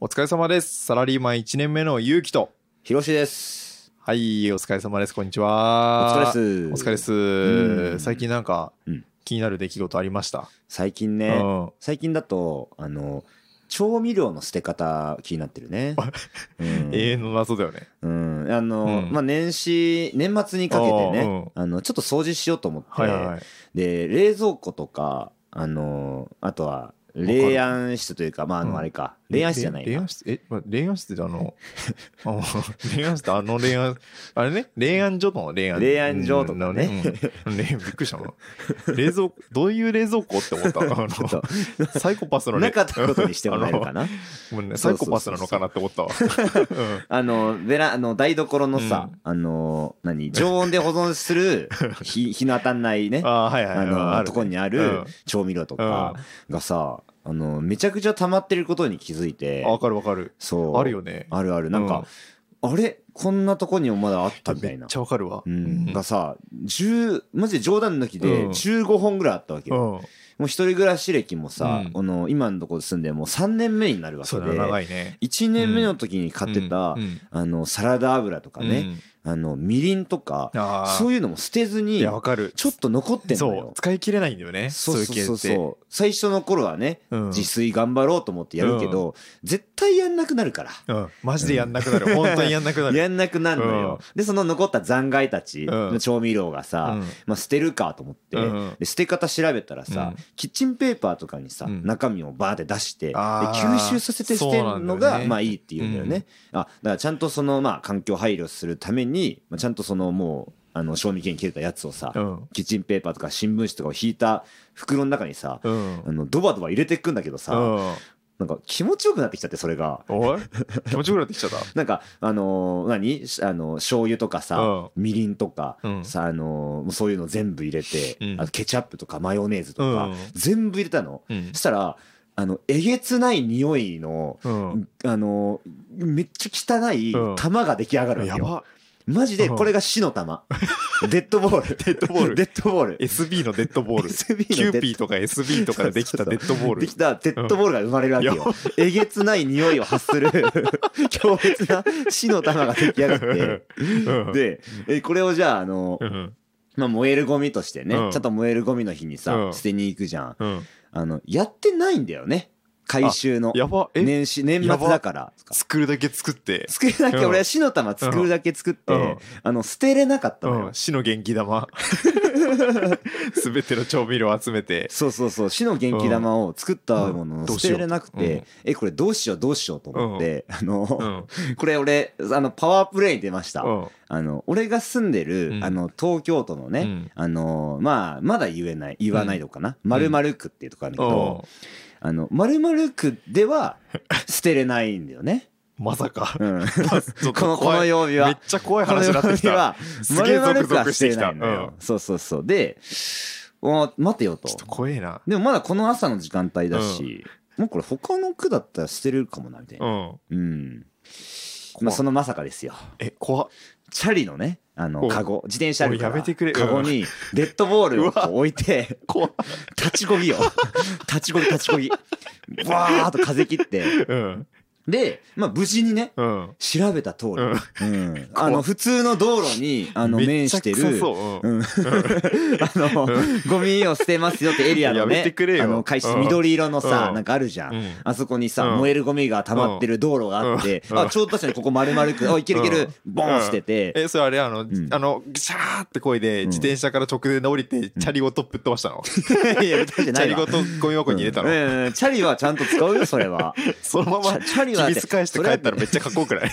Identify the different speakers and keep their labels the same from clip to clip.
Speaker 1: お疲れ様です。サラリーマン1年目のゆうきと。
Speaker 2: ひろしです。
Speaker 1: はい、お疲れ様です。こんにち
Speaker 2: お疲れ
Speaker 1: は。
Speaker 2: っす。
Speaker 1: お疲れっす。
Speaker 2: うん
Speaker 1: 最近なんか
Speaker 2: うん
Speaker 1: 気になる出来事ありました。
Speaker 2: 最近
Speaker 1: う
Speaker 2: ね、
Speaker 1: ん。
Speaker 2: 最近だと、あの、調味料の捨て方気になってるね。うん
Speaker 1: 永遠の謎だよね。
Speaker 2: うんあの、
Speaker 1: うん
Speaker 2: まあ、年始、年末にかけて
Speaker 1: おう
Speaker 2: ね、あの、ちょっと掃除しようと思って、
Speaker 1: はいはいはい。
Speaker 2: で、冷蔵庫とか、あの、あとは、冷暗室というか、まあ、あ
Speaker 1: うん
Speaker 2: の、あれか、冷暗室じゃない
Speaker 1: れ
Speaker 2: か
Speaker 1: 霊安室え、ま霊安室ってあ の、あの霊安室ってあの霊安、あれね、霊安所の霊安。
Speaker 2: 霊安所とかね
Speaker 1: うん。うん霊びっくりしたの。冷蔵庫、どういう冷蔵庫って思った。あ
Speaker 2: ちょっと
Speaker 1: の、サイコパスの
Speaker 2: な
Speaker 1: 霊
Speaker 2: かったことにしてもらえるかな。
Speaker 1: もうね、サイコパスなのかなって思ったわ。うん
Speaker 2: あの、ベラ、あの、台所のさ、
Speaker 1: うん
Speaker 2: あの、何、常温で保存 する、日、日の当たんないね、あ
Speaker 1: あーはいはいはい。
Speaker 2: の、
Speaker 1: る
Speaker 2: とこにあ
Speaker 1: うん
Speaker 2: る調味料とかがさ、あの、めちゃくちゃ溜まってることに気づいて
Speaker 1: あ、わかるわかる。
Speaker 2: そう。
Speaker 1: あるよね。
Speaker 2: あるある。なんか、あれこんなとこにもまだあったみたい
Speaker 1: め
Speaker 2: な
Speaker 1: っち。ゃわかるわ。
Speaker 2: うん、がさ10マジで冗談抜きで
Speaker 1: うん
Speaker 2: 15本ぐらいあったわけ
Speaker 1: う
Speaker 2: よ、
Speaker 1: ん
Speaker 2: もう一人暮らし歴もさ、
Speaker 1: うん
Speaker 2: あの今のところ住んでもう3年目になるわけ
Speaker 1: そう
Speaker 2: で
Speaker 1: だな長いね。
Speaker 2: 1年目の時に買ってた、
Speaker 1: うんうん
Speaker 2: あのサラダ油とかね、あのみりんとか
Speaker 1: うんあー
Speaker 2: そういうのも捨てず
Speaker 1: い
Speaker 2: に
Speaker 1: やわかる。
Speaker 2: ちょっと残ってんの
Speaker 1: そう
Speaker 2: よ
Speaker 1: 使い切れないんだよね。そういう系って。
Speaker 2: う最初の頃はね、
Speaker 1: うん
Speaker 2: 自炊頑張ろうと思ってやるけど、絶対やんなくなるから、
Speaker 1: うんマジでやんなくなる。本当にやんなくなる。
Speaker 2: やんなくなるのよ、でその残った残骸たちの調味料がさ、
Speaker 1: うん
Speaker 2: まあ、捨てるかと思って、
Speaker 1: うん
Speaker 2: で捨て方調べたらさ、
Speaker 1: うん
Speaker 2: キッチンペーパーとかにさ、
Speaker 1: うん
Speaker 2: 中身をバーって出してで
Speaker 1: あー
Speaker 2: 吸収させて捨てるの
Speaker 1: そうなんだよ
Speaker 2: が、
Speaker 1: ね
Speaker 2: まあいいっていうんだよね、あだからちゃんとそのまあ環境配慮するために、まあ、ちゃんとそのもうあの賞味期限切れたやつをさ、
Speaker 1: うん
Speaker 2: キッチンペーパーとか新聞紙とかを引いた袋の中にさ、
Speaker 1: うん。
Speaker 2: あのドバドバ入れてくんだけどさ、
Speaker 1: うん
Speaker 2: なんか気持ちよくなってきちゃってそれが。
Speaker 1: おい気持ちよくなってきちゃった。
Speaker 2: なんかあのー何しあのー醤油とかさ、みりんとか、
Speaker 1: うん
Speaker 2: さあのーもうそういうの全部入れて、
Speaker 1: うん
Speaker 2: あとケチャップとかマヨネーズとか、
Speaker 1: うん
Speaker 2: 全部入れたの、
Speaker 1: うん
Speaker 2: そしたらあのえげつない匂いの、
Speaker 1: うん
Speaker 2: あのーめっちゃ汚い
Speaker 1: うん
Speaker 2: 玉が出来上がるわけ
Speaker 1: や
Speaker 2: よ、
Speaker 1: ば。
Speaker 2: マジでこれが死 の玉デッドボールデッ
Speaker 1: ドボール
Speaker 2: デッドボール
Speaker 1: SB のデッドボール。
Speaker 2: SB のデッド
Speaker 1: キューピーとか SB とかでできたデッドボール。
Speaker 2: できたデッドボールが生まれるわけ
Speaker 1: うんや
Speaker 2: よ。えげつない匂いを発 する強烈な死の玉が出来上がって。
Speaker 1: うん
Speaker 2: で、えこれをじゃあ、あの
Speaker 1: う、ん
Speaker 2: まあ、燃えるゴミとしてね、
Speaker 1: うん
Speaker 2: ちょっと燃えるゴミの日にさ、
Speaker 1: うん
Speaker 2: 捨てに行くじゃん。
Speaker 1: うん
Speaker 2: あの、やってないんだよね。回収の。
Speaker 1: やば。え、
Speaker 2: 年始、年末だから。
Speaker 1: 作るだけ作って。
Speaker 2: 作るだけ、
Speaker 1: うん
Speaker 2: 俺は死の玉作るだけ作って、
Speaker 1: うん
Speaker 2: あの、捨てれなかったのよ。
Speaker 1: うん、死の元気 玉すべての調味料を集めて
Speaker 2: そうそうそう死の元気玉を作ったも
Speaker 1: うん
Speaker 2: のを
Speaker 1: どう
Speaker 2: 捨
Speaker 1: しよう
Speaker 2: てられなくて、えこれどうしようどうしようと思って、あの、
Speaker 1: うん
Speaker 2: これ俺あのパワープレイに出ました、
Speaker 1: うん
Speaker 2: あの俺が住んでる、
Speaker 1: うん
Speaker 2: あの東京都のね、
Speaker 1: うん
Speaker 2: あのまあまだ言えない言わないのかな、まるまる区っていうとこあるんだけど、あのまるまる区では捨てれないんだよね、
Speaker 1: まさか
Speaker 2: うん、こ
Speaker 1: ちょっと
Speaker 2: のこ
Speaker 1: 怖
Speaker 2: の
Speaker 1: い
Speaker 2: 曜日
Speaker 1: めっ
Speaker 2: は
Speaker 1: ちゃ怖い話になってき
Speaker 2: この
Speaker 1: た
Speaker 2: 曜日
Speaker 1: す
Speaker 2: はま
Speaker 1: げえ
Speaker 2: る
Speaker 1: ゾ
Speaker 2: ま
Speaker 1: ク
Speaker 2: る区
Speaker 1: ゾ
Speaker 2: は
Speaker 1: クし
Speaker 2: 捨
Speaker 1: て
Speaker 2: て
Speaker 1: き
Speaker 2: れ
Speaker 1: た
Speaker 2: ないのよ、そうそうそうでお待てよと
Speaker 1: ちょっと怖えな
Speaker 2: でもまだこの朝の時間帯だし、もうこれ他の区だったら捨てれるかもなみたいうな。
Speaker 1: ん
Speaker 2: うん。ま
Speaker 1: 怖
Speaker 2: あそのまさかですよ。
Speaker 1: え怖っ
Speaker 2: チャリのね、あ
Speaker 1: お
Speaker 2: の、
Speaker 1: う
Speaker 2: カゴ、自転車あるか
Speaker 1: おうや
Speaker 2: ら、
Speaker 1: めてくれ
Speaker 2: カゴにデッドボー
Speaker 1: う
Speaker 2: ルを
Speaker 1: わ
Speaker 2: こう置いて、
Speaker 1: 怖っ
Speaker 2: 立ちこ ぎを、立ちこぎ立ちこぎ、わーっと風切って、
Speaker 1: うん
Speaker 2: で、まあ無事にね、
Speaker 1: うん
Speaker 2: 調べた通り、
Speaker 1: うん
Speaker 2: うん、
Speaker 1: 怖
Speaker 2: あの、普通の道路に、あの、
Speaker 1: め
Speaker 2: 面
Speaker 1: っちゃ
Speaker 2: して
Speaker 1: 臭
Speaker 2: る、
Speaker 1: そううん
Speaker 2: うんあの、ゴミを捨てますよってエリアの
Speaker 1: やめて
Speaker 2: ね
Speaker 1: くれ、よ
Speaker 2: あの、会社
Speaker 1: うん
Speaker 2: 緑色のさ
Speaker 1: う、ん
Speaker 2: なんかあるじゃ
Speaker 1: うん
Speaker 2: ん。あそこにさ、
Speaker 1: うん
Speaker 2: 燃えるゴミが溜まってる道路があって、
Speaker 1: うんうん
Speaker 2: あ、ちょうど確かにここ丸々く、あ、いけるいけ
Speaker 1: う
Speaker 2: る、
Speaker 1: ん
Speaker 2: ボーンしてて、
Speaker 1: えそれあれあの
Speaker 2: ん
Speaker 1: あのシャーって声で自転車から直前で降りてチャリごとぶっ飛ばしたのチ
Speaker 2: いや、歌じゃな
Speaker 1: ャ
Speaker 2: い
Speaker 1: リ
Speaker 2: わ
Speaker 1: ご。とゴミ箱に入れた
Speaker 2: うん
Speaker 1: の
Speaker 2: うんうんチャリはちゃんと使うよ、それは。
Speaker 1: そのまま
Speaker 2: チャチャリはだっ
Speaker 1: 厳
Speaker 2: て
Speaker 1: 密返して帰ったらめっちゃかっこよくない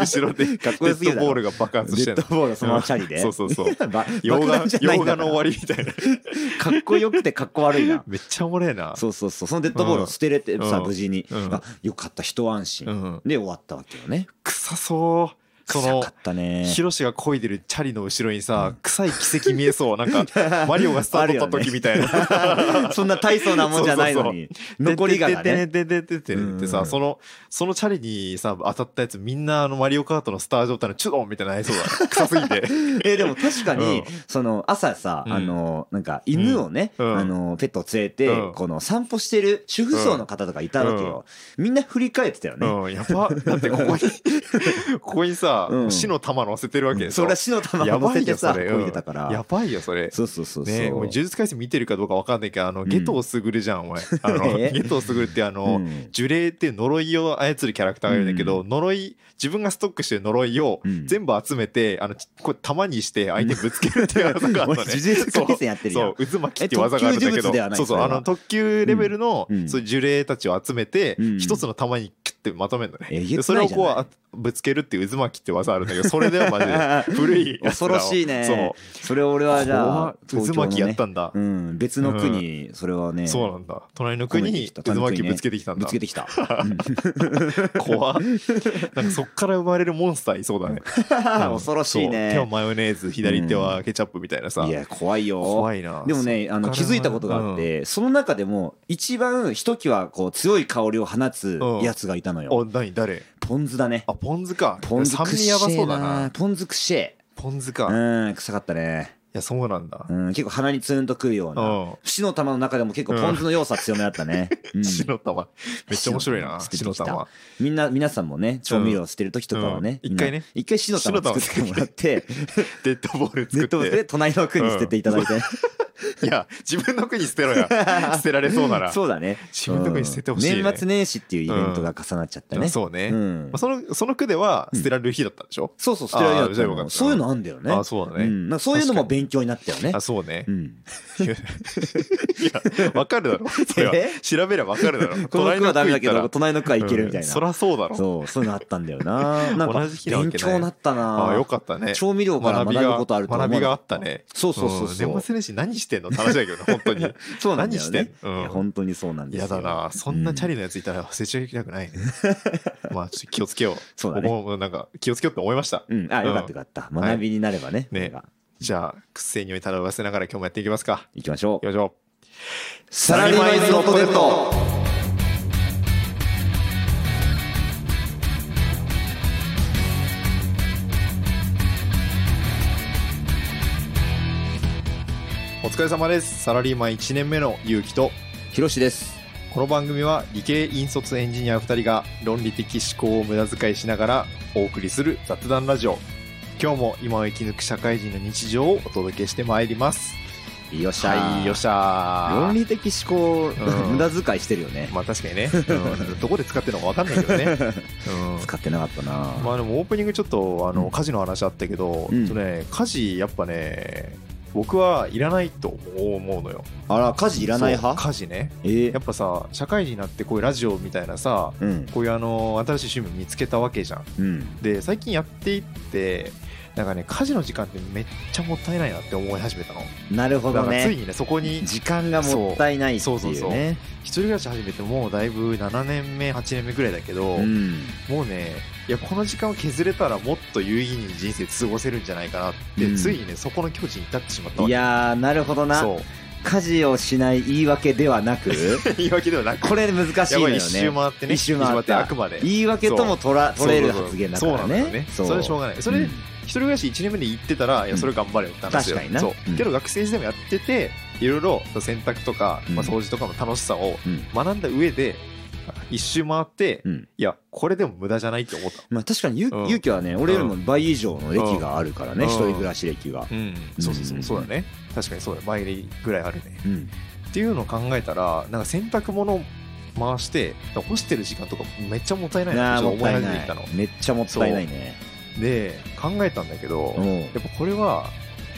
Speaker 1: 後ろでデ
Speaker 2: かっこよすぎ
Speaker 1: ッド
Speaker 2: るだろ
Speaker 1: ボールが爆発して
Speaker 2: デ
Speaker 1: んの
Speaker 2: ッドボール、そのままチャリで。
Speaker 1: そうそうそう
Speaker 2: ば
Speaker 1: 洋
Speaker 2: 爆
Speaker 1: 画
Speaker 2: 弾じゃない
Speaker 1: 洋
Speaker 2: んだ
Speaker 1: 画
Speaker 2: か
Speaker 1: の
Speaker 2: ら
Speaker 1: 終わりみたいな
Speaker 2: かっこよくてかっこ悪いな。
Speaker 1: めっちゃおもれえな
Speaker 2: そうそうそう、そのデッドボールを捨てれて
Speaker 1: うん
Speaker 2: さ、無事に。
Speaker 1: うん
Speaker 2: あよかった、一安心
Speaker 1: うん。
Speaker 2: で終わったわけよね。
Speaker 1: 臭そうそ
Speaker 2: 臭
Speaker 1: の
Speaker 2: かったね
Speaker 1: ヒロシが漕いでるチャリの後ろにさ、臭い奇跡見えそうなんかマリオがスタートった時みたいな、
Speaker 2: そんな大層なもんじゃな いのに残りがだね
Speaker 1: ででででででって
Speaker 2: う
Speaker 1: さ
Speaker 2: ん
Speaker 1: そのそのチャリにさ当たったやつみんなあのマリオカートのスター状態のチュドンみたいなのありそうだね臭すぎて
Speaker 2: えーでも確かに、
Speaker 1: うん
Speaker 2: その朝さ、
Speaker 1: うん
Speaker 2: あのなんか犬をね、
Speaker 1: うん
Speaker 2: あのペットを連れて、
Speaker 1: うん
Speaker 2: この散歩してる主婦層の方とかいたわけよ、みんな振り返ってたよね、
Speaker 1: うんやばだってここにこ こにさ、
Speaker 2: うん
Speaker 1: 死の玉乗せてるわけでし
Speaker 2: そ
Speaker 1: ょ
Speaker 2: れは死の玉
Speaker 1: や
Speaker 2: を乗
Speaker 1: ば
Speaker 2: せ
Speaker 1: い
Speaker 2: て
Speaker 1: よ
Speaker 2: さ
Speaker 1: それ
Speaker 2: こいでたから、
Speaker 1: やばいよそれ
Speaker 2: そうそうそうそう、
Speaker 1: ねえ、もう呪術廻戦見てるかどうかわかんないけど、あの、
Speaker 2: ん
Speaker 1: ゲトウスグルじゃん、お前。あの、
Speaker 2: え
Speaker 1: ゲトウスグルってあ
Speaker 2: う
Speaker 1: の、
Speaker 2: ん
Speaker 1: 呪霊っていう呪いを操るキャラクターがいるんだけど、呪い、自分がストックしてる呪いを
Speaker 2: うん
Speaker 1: 全部集めて、あの、ちこれ玉にして相手ぶつけるっていう技 があったね。
Speaker 2: 俺呪術廻戦やってるや
Speaker 1: そ
Speaker 2: ん
Speaker 1: う、渦巻きっていう技があるんだ
Speaker 2: え特級
Speaker 1: け
Speaker 2: 呪
Speaker 1: ど
Speaker 2: 物では、ない
Speaker 1: そうそう、
Speaker 2: それ
Speaker 1: あ
Speaker 2: は
Speaker 1: の、特級レベルの
Speaker 2: う、ん
Speaker 1: そういう呪霊たちを集めて
Speaker 2: う、ん
Speaker 1: 一つの玉にキュッてまとめるの
Speaker 2: え
Speaker 1: ね。
Speaker 2: げつないじ
Speaker 1: でそ
Speaker 2: ゃない
Speaker 1: れをこうあ、ぶつけるっていう渦巻きって技あるんだけど、それではマジ で。古いやつ
Speaker 2: 恐
Speaker 1: らを
Speaker 2: ろしいね
Speaker 1: そ
Speaker 2: そうれ俺はじゃあ
Speaker 1: 怖っ渦巻きやっ
Speaker 2: 東京のね
Speaker 1: たんだ。
Speaker 2: うん、別の国、それはね
Speaker 1: そうなんだ。隣の国に
Speaker 2: ご
Speaker 1: 渦
Speaker 2: めん
Speaker 1: 巻きぶつけてきたん
Speaker 2: ぶ
Speaker 1: だ
Speaker 2: つ。けてきた
Speaker 1: 怖っなんかそっから生まれるモンスターいそうだね。 うん
Speaker 2: 恐ろしい
Speaker 1: そ
Speaker 2: ね
Speaker 1: う手はマヨネーズ、左手はケチャップみたいなさ
Speaker 2: い。や怖いよ
Speaker 1: 怖いな。
Speaker 2: でもねあ
Speaker 1: そ
Speaker 2: の
Speaker 1: っ
Speaker 2: 気
Speaker 1: から
Speaker 2: づいたことがあっ。て、その中でも一番ひときわこう強い香りを放つやつがいたの
Speaker 1: う
Speaker 2: よ、
Speaker 1: んお、何誰
Speaker 2: ポン酢だね
Speaker 1: あ、ポン酢か。
Speaker 2: ポン酢
Speaker 1: 酸
Speaker 2: くっ
Speaker 1: 味
Speaker 2: し
Speaker 1: やば
Speaker 2: え
Speaker 1: そうだ
Speaker 2: な
Speaker 1: な。
Speaker 2: ポン酢くっしえ
Speaker 1: ポン酢か。い
Speaker 2: うん臭かったね、
Speaker 1: や、そうなんだ。
Speaker 2: うん、結構鼻にツーンとくるよう
Speaker 1: う。
Speaker 2: なん死の玉の中でも結構ポン酢の要素は強めだったね、 うん
Speaker 1: 血の玉。めっちゃ面白いな。
Speaker 2: 死
Speaker 1: 血
Speaker 2: の
Speaker 1: の
Speaker 2: 玉
Speaker 1: 玉。
Speaker 2: みんな皆さんもね調味料を捨てる時とかはね、
Speaker 1: うん一
Speaker 2: みな
Speaker 1: 回ね
Speaker 2: 一回死の玉作ってもらって
Speaker 1: デッドボール
Speaker 2: ネット
Speaker 1: 作っ
Speaker 2: で隣の国に捨てていただいて、
Speaker 1: て。いや、自分の国捨て ろや。捨てられそうなら。
Speaker 2: そうだね
Speaker 1: 自分の国捨ててほしいね
Speaker 2: うん年末年始っていうイベントが重なっちゃったね、
Speaker 1: そうね。
Speaker 2: うん
Speaker 1: まあ、そのその区では捨てられる日だったんでしょ、
Speaker 2: そうそう、捨てられなかっ
Speaker 1: あーじゃ
Speaker 2: た
Speaker 1: あよかっ
Speaker 2: の。
Speaker 1: た
Speaker 2: そういうのあんだよね。
Speaker 1: あそうだね、
Speaker 2: うん、なんかそういうのも
Speaker 1: 確か
Speaker 2: 勉強になったよね
Speaker 1: あ。そうね
Speaker 2: う、ん、
Speaker 1: いやわかるだろそれは
Speaker 2: え
Speaker 1: 調べればわかるだろ
Speaker 2: この区はダメだけ
Speaker 1: 隣の区
Speaker 2: ど
Speaker 1: 行っ
Speaker 2: 隣の区は
Speaker 1: たら
Speaker 2: いけるみたい
Speaker 1: うん
Speaker 2: な、
Speaker 1: そりゃそうだろ
Speaker 2: そうそういうのあったんだよ ななんか
Speaker 1: 同じ日なわけ
Speaker 2: 勉
Speaker 1: ない
Speaker 2: 強になったな
Speaker 1: ああよかったね
Speaker 2: 調味料から学ぶことあると思う
Speaker 1: 学びがあったね
Speaker 2: そうそうそうそ
Speaker 1: ん
Speaker 2: う、
Speaker 1: 年末年始何してんの楽しいだけどね本 当に
Speaker 2: そうなんだ
Speaker 1: 何
Speaker 2: よね
Speaker 1: してんうん
Speaker 2: いや本当にそうなんです
Speaker 1: 嫌
Speaker 2: よ
Speaker 1: だなそんなチャリのやついたら成長できなくないね まあちょっと気をつけよう
Speaker 2: そうだね
Speaker 1: 僕もなんか気をつけようって思いました
Speaker 2: うんあよかったよかった、学びになればね,、
Speaker 1: ね
Speaker 2: これが
Speaker 1: じゃあ屈性においたらわせながら今日もやっていきますか
Speaker 2: いきましょう
Speaker 1: よいしょ
Speaker 2: サ
Speaker 1: ラリーマンイズのポテトお疲れ様ですサラリーマン1年目のゆうきと
Speaker 2: ひろしです
Speaker 1: この番組は理系引率エンジニア2人が論理的思考を無駄遣いしながらお送りする雑談ラジオ今日も今を生き抜く社会人の日常をお届けしてまいります
Speaker 2: よっしゃー
Speaker 1: はいよっしゃー
Speaker 2: 論理的思考、
Speaker 1: うん
Speaker 2: 無駄遣いしてるよね、
Speaker 1: まあ確かにね、うんどこで使ってるのか分かんないけど ね、
Speaker 2: 使ってなかったな、
Speaker 1: うん、まあでもオープニングちょっとあ
Speaker 2: うん
Speaker 1: の火事の話あったけど、
Speaker 2: うん
Speaker 1: えっとね、家事やっぱね僕はいらないと思うのよ
Speaker 2: あら家事いらない
Speaker 1: そう
Speaker 2: 派
Speaker 1: 家事ね
Speaker 2: え
Speaker 1: やっぱさ社会人になってこういうラジオみたいなさ
Speaker 2: うん
Speaker 1: こういうあの新しい趣味見つけたわけじゃん
Speaker 2: うん
Speaker 1: で最近やっていってなんかね家事の時間ってめっちゃもったいないなって思い始めたの
Speaker 2: なるほ
Speaker 1: だ
Speaker 2: ど
Speaker 1: からつい
Speaker 2: ね
Speaker 1: にねそこに
Speaker 2: 時間がもったいないって
Speaker 1: そうそう
Speaker 2: いう
Speaker 1: そう
Speaker 2: ね
Speaker 1: 一人暮らし始めてもうだいぶ7年目8年目ぐらいだけど、
Speaker 2: うん
Speaker 1: もうねいやこの時間を削れたらもっと有意義に人生過ごせるんじゃないかなって、
Speaker 2: うん
Speaker 1: ついにねそこの境地に至ってしまったわ
Speaker 2: い
Speaker 1: け
Speaker 2: やーなるほどな
Speaker 1: そう
Speaker 2: 家事をしない言い訳ではなく
Speaker 1: 言い訳ではなく
Speaker 2: これ難しい
Speaker 1: や
Speaker 2: の
Speaker 1: ばい
Speaker 2: よね
Speaker 1: 一周回ってね
Speaker 2: 一周回った
Speaker 1: あくまで
Speaker 2: 言い訳とも取ら取れる発言だから
Speaker 1: そうそうそうそうなんだよ
Speaker 2: ね
Speaker 1: ねそれはしょうがないそれ、
Speaker 2: うん
Speaker 1: 一人暮らし1年目で行ってたら、いや、それ頑張れよって話よ
Speaker 2: 確かにな
Speaker 1: そう
Speaker 2: うん
Speaker 1: けど学生時代もやってて、いろいろ洗濯とか、
Speaker 2: うん
Speaker 1: まあ、掃除とかの楽しさを
Speaker 2: うん
Speaker 1: 学んだ上で、一周回って、
Speaker 2: うん
Speaker 1: いや、これでも無駄じゃないって思った。
Speaker 2: まあ確かにゆ
Speaker 1: うん
Speaker 2: ゆうきはね俺よりも倍以上の歴があるからね
Speaker 1: うん
Speaker 2: 一人暮らし歴が
Speaker 1: うん、そうそうそう、そうだね。確かにそうだよ。前入りぐらいあるね。
Speaker 2: うん
Speaker 1: っていうのを考えたら、なんか洗濯物を回して、干してる時間とかめっちゃもったいないな
Speaker 2: な
Speaker 1: っ
Speaker 2: あ
Speaker 1: てちょ
Speaker 2: も
Speaker 1: っ
Speaker 2: っ
Speaker 1: と思い
Speaker 2: た
Speaker 1: 始め
Speaker 2: い
Speaker 1: て
Speaker 2: な
Speaker 1: き
Speaker 2: い
Speaker 1: たの。
Speaker 2: めっちゃもったいないね
Speaker 1: で、考えたんだけど、
Speaker 2: うん
Speaker 1: やっぱこれは、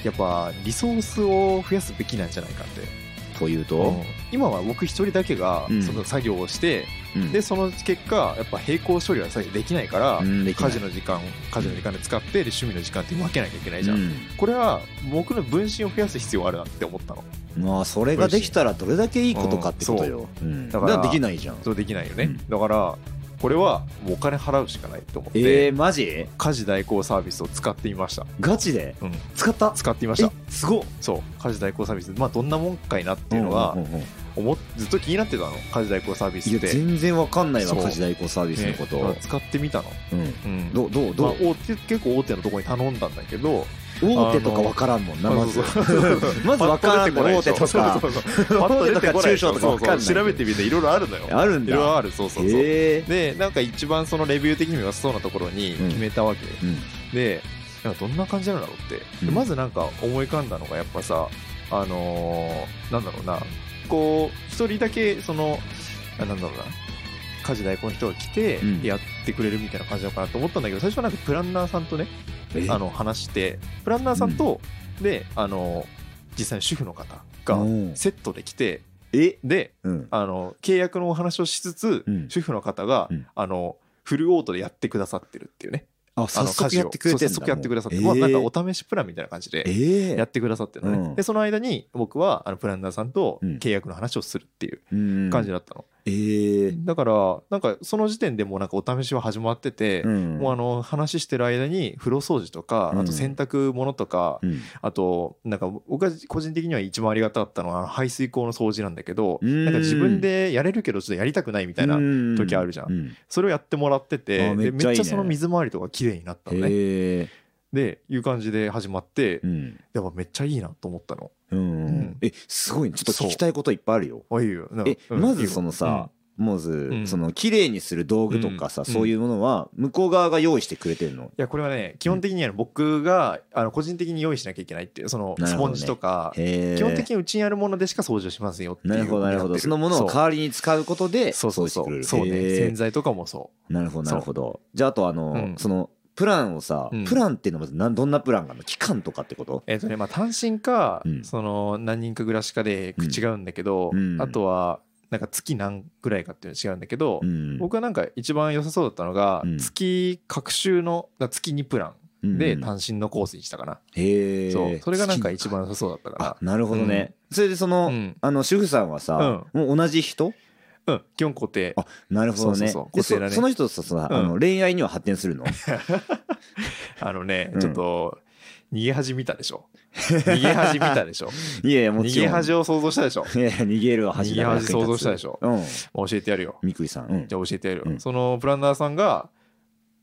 Speaker 1: やっぱリソースを増やすべきなんじゃないかって。
Speaker 2: というと
Speaker 1: 今は僕一人だけが
Speaker 2: うん
Speaker 1: その作業をして、
Speaker 2: うん
Speaker 1: でその結果やっぱ並行処理はさできないから、
Speaker 2: うんできな
Speaker 1: 家
Speaker 2: い
Speaker 1: 事の時間家事の時間で使ってで趣味の時間って分けなきゃいけないじゃん、
Speaker 2: うん
Speaker 1: これは僕の分身を増やす必要があるなって思ったの
Speaker 2: まあそれができたらどれだけいいことかってことよ、うん
Speaker 1: ん
Speaker 2: だ
Speaker 1: だ
Speaker 2: か
Speaker 1: からら
Speaker 2: できないじゃん
Speaker 1: そうできないよ
Speaker 2: う
Speaker 1: ね
Speaker 2: ん、
Speaker 1: だからこれはもうお金払うしかないと思って、
Speaker 2: えー、マジ
Speaker 1: 家事代行サービスを使ってみました、
Speaker 2: ガチで
Speaker 1: うん、
Speaker 2: 使った
Speaker 1: 使ってみました
Speaker 2: えすごっ
Speaker 1: そう家事代行サービスまあどんなもんかいなっていうのは
Speaker 2: んんんうん
Speaker 1: 思っずっと気になってたの家事代行サービス
Speaker 2: い
Speaker 1: っ
Speaker 2: や
Speaker 1: て
Speaker 2: 全然わかんないわ
Speaker 1: そう
Speaker 2: 家事代行サービスのこと、
Speaker 1: ね使ってみたの、
Speaker 2: うん、
Speaker 1: うん
Speaker 2: どうどう
Speaker 1: まあ
Speaker 2: どう、
Speaker 1: 大手結構大手のところに頼んだんだけど
Speaker 2: 大手とかわからんもんな
Speaker 1: あの
Speaker 2: まず
Speaker 1: そうそうそう
Speaker 2: まずわからん
Speaker 1: パ
Speaker 2: もん
Speaker 1: ッ
Speaker 2: 大
Speaker 1: 出
Speaker 2: 手
Speaker 1: てこないで
Speaker 2: と
Speaker 1: しょ
Speaker 2: か
Speaker 1: そうそうそう パッと出てこないでしょ
Speaker 2: 大手とか中小とかわかん
Speaker 1: そ
Speaker 2: ない
Speaker 1: うそう調べてみていろいろあるのよ
Speaker 2: あるん
Speaker 1: いろいろ
Speaker 2: だ
Speaker 1: あるそうそうそう、
Speaker 2: へえ
Speaker 1: でなんか一番そのレビュー的にも良さそうなところに決めたわけ、
Speaker 2: うん
Speaker 1: でなんかどんな感じなんだろうって、で
Speaker 2: うん
Speaker 1: まずなんか思い浮かんだのがやっぱさあのーなんだろうなこう一人だけそのあなんだろうな家事代行の人が来て
Speaker 2: うん
Speaker 1: やってくれるみたいな感じなのかなと思ったんだけど最初はなんかプランナーさんとね
Speaker 2: え
Speaker 1: あの話してプランナーさんと、であの実際に主婦の方
Speaker 2: う
Speaker 1: が
Speaker 2: ん
Speaker 1: セットで来て
Speaker 2: え
Speaker 1: で
Speaker 2: うん
Speaker 1: あの契約のお話をしつつ、
Speaker 2: うん
Speaker 1: 主婦の方が、
Speaker 2: うん
Speaker 1: あのフルオートでやってくださってるっていうね
Speaker 2: あ
Speaker 1: あ
Speaker 2: 早
Speaker 1: の家
Speaker 2: 速
Speaker 1: 事を
Speaker 2: やってくれて
Speaker 1: そ
Speaker 2: んだ
Speaker 1: う早速やってくださって、
Speaker 2: も
Speaker 1: まあ、
Speaker 2: うえ
Speaker 1: な
Speaker 2: ー
Speaker 1: んかお試しプランみたいな感じ
Speaker 2: え
Speaker 1: で
Speaker 2: ー
Speaker 1: やってくださってるのね、
Speaker 2: うん
Speaker 1: でその間に僕はあのプランナーさんと
Speaker 2: うん
Speaker 1: 契約の話をするっていう
Speaker 2: うん
Speaker 1: 感じだったの、
Speaker 2: えー
Speaker 1: だからなんかその時点でもうなんかお試しは始まってて、
Speaker 2: うん
Speaker 1: もうあの話してる間に風呂掃除とか
Speaker 2: うん
Speaker 1: あと洗濯物とか、
Speaker 2: うん
Speaker 1: あとなんか僕は個人的には一番ありがたかったのはあの排水口の掃除なんだけど
Speaker 2: うん
Speaker 1: なんか自分でやれるけどちょっとやりたくないみたいな時あるじゃん
Speaker 2: う
Speaker 1: それをやってもらってて
Speaker 2: あ
Speaker 1: で
Speaker 2: めっちゃいいね
Speaker 1: めっちゃその水回りとか綺麗になったのね
Speaker 2: へえ
Speaker 1: でいう感じで始まって
Speaker 2: うん
Speaker 1: やっぱめっちゃいいなと思ったの。
Speaker 2: うん
Speaker 1: うん
Speaker 2: えすごいねちょっと
Speaker 1: そう
Speaker 2: 聞きたいこといっぱいあるよ
Speaker 1: あいいよなんか
Speaker 2: え
Speaker 1: うん
Speaker 2: まずそのさま
Speaker 1: う
Speaker 2: ず
Speaker 1: ん
Speaker 2: その綺麗にする道具とか
Speaker 1: う
Speaker 2: さ
Speaker 1: ん
Speaker 2: そういうものは向こう側が用意してくれてるの
Speaker 1: いやこれはね基本的にはね僕があの個人的に用意しなきゃいけないっていうその
Speaker 2: なる
Speaker 1: スポ
Speaker 2: ほど
Speaker 1: ン
Speaker 2: ね
Speaker 1: ジとか、
Speaker 2: へえ
Speaker 1: 基本的にうちにあるものでしか掃除をしますよっていう
Speaker 2: なるほどなるほどそのものを代わりに使うことで
Speaker 1: そうそう
Speaker 2: 掃除して
Speaker 1: そ
Speaker 2: くれ
Speaker 1: う
Speaker 2: る
Speaker 1: そうね
Speaker 2: へえ
Speaker 1: 洗剤とかもそ
Speaker 2: なるほど
Speaker 1: そう
Speaker 2: なるほどじゃああとあ
Speaker 1: う
Speaker 2: の
Speaker 1: ん
Speaker 2: そのプランをさ
Speaker 1: うん
Speaker 2: プランっていうのはまずなんどんなプランがあるの期間とかってこと
Speaker 1: うえっ、とねまあ単身か、
Speaker 2: うん
Speaker 1: その何人か暮らしかで違うんだけど、
Speaker 2: うん
Speaker 1: あとはなんか月何ぐらいかっていうの違うんだけど、
Speaker 2: うん
Speaker 1: 僕はなんか一番良さそうだったのが、
Speaker 2: うん
Speaker 1: 月各週のだ月2プランで単身のコースにしたかな、
Speaker 2: へえ
Speaker 1: そうそれがなんか一番良さそうだったか
Speaker 2: あなるほどねそれでそ
Speaker 1: ら、
Speaker 2: の
Speaker 1: うん
Speaker 2: あの主婦さんはさ、もう同じ人
Speaker 1: うん、基本固定
Speaker 2: あなるほどね
Speaker 1: そうそうそう
Speaker 2: で
Speaker 1: 固定だね
Speaker 2: そその人とささ、
Speaker 1: うん
Speaker 2: あの恋愛には発展するの
Speaker 1: あのね、
Speaker 2: うん
Speaker 1: ちょっと逃げ恥見たでし ょ逃げ恥見たでしょ
Speaker 2: いやいやも
Speaker 1: 逃
Speaker 2: ちろ
Speaker 1: げ
Speaker 2: ん
Speaker 1: 恥を想像したでしょ
Speaker 2: いやいや逃げるは恥だから
Speaker 1: 逃げ恥想像したでしょ
Speaker 2: うん
Speaker 1: 教えてやるよ
Speaker 2: みくりさん、うん
Speaker 1: じゃあ教えてやるよ、
Speaker 2: うん
Speaker 1: そのプランナーさんが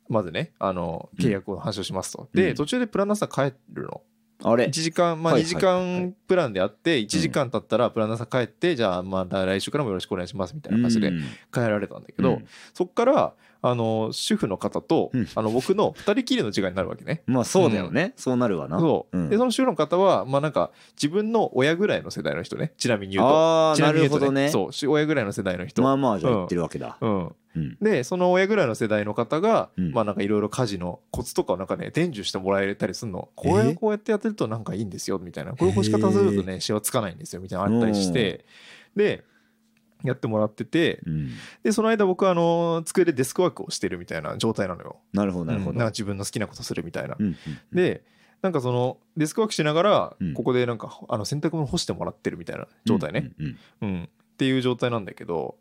Speaker 1: まずねあの
Speaker 2: うん
Speaker 1: 契約を話をしますと、
Speaker 2: うん
Speaker 1: で途中でプランナーさん帰るの
Speaker 2: あれ
Speaker 1: 1時間まあ
Speaker 2: は
Speaker 1: 2
Speaker 2: いはい
Speaker 1: 時
Speaker 2: はいはい
Speaker 1: 間プランであって1時間経ったらプランナーさん帰ってじゃあまあ来週からもよろしくお願いしますみたいな感じで
Speaker 2: うん
Speaker 1: 帰られたんだけど、そっからあの主婦の方と、
Speaker 2: うん
Speaker 1: あの僕の2人きりの時間になるわけね
Speaker 2: まあそうだよね、そうなるわな
Speaker 1: そう、
Speaker 2: うん
Speaker 1: でその主婦の方はまあなんか自分の親ぐらいの世代の人ねちなみに言うと
Speaker 2: ああ
Speaker 1: ち
Speaker 2: な
Speaker 1: みに言
Speaker 2: る
Speaker 1: う
Speaker 2: ほ
Speaker 1: と
Speaker 2: どね
Speaker 1: そうし親ぐらいの世代の人、
Speaker 2: まあまあじゃあ言ってるわけだ、
Speaker 1: うん、
Speaker 2: うん
Speaker 1: でその親ぐらいの世代の方が、
Speaker 2: うん
Speaker 1: まあなんかいろいろ家事のコツとかをなんかね伝授してもらえたりするのこれ
Speaker 2: え
Speaker 1: こうやってやってるとなんかいいんですよみたいなこれ干し方するとねしわつかないんですよみたいなのあったりしてでやってもらってて
Speaker 2: うん
Speaker 1: でその間僕はあの机でデスクワークをしてるみたいな状態なのよ
Speaker 2: なるほどなるほ
Speaker 1: うんなん
Speaker 2: ど、
Speaker 1: か自分の好きなことするみたいな
Speaker 2: うんうん
Speaker 1: でなんかそのデスクワークしながら
Speaker 2: うん
Speaker 1: ここでなんかあの洗濯物干してもらってるみたいな状態ね、、
Speaker 2: うんうん
Speaker 1: うんっていう状態なんだけど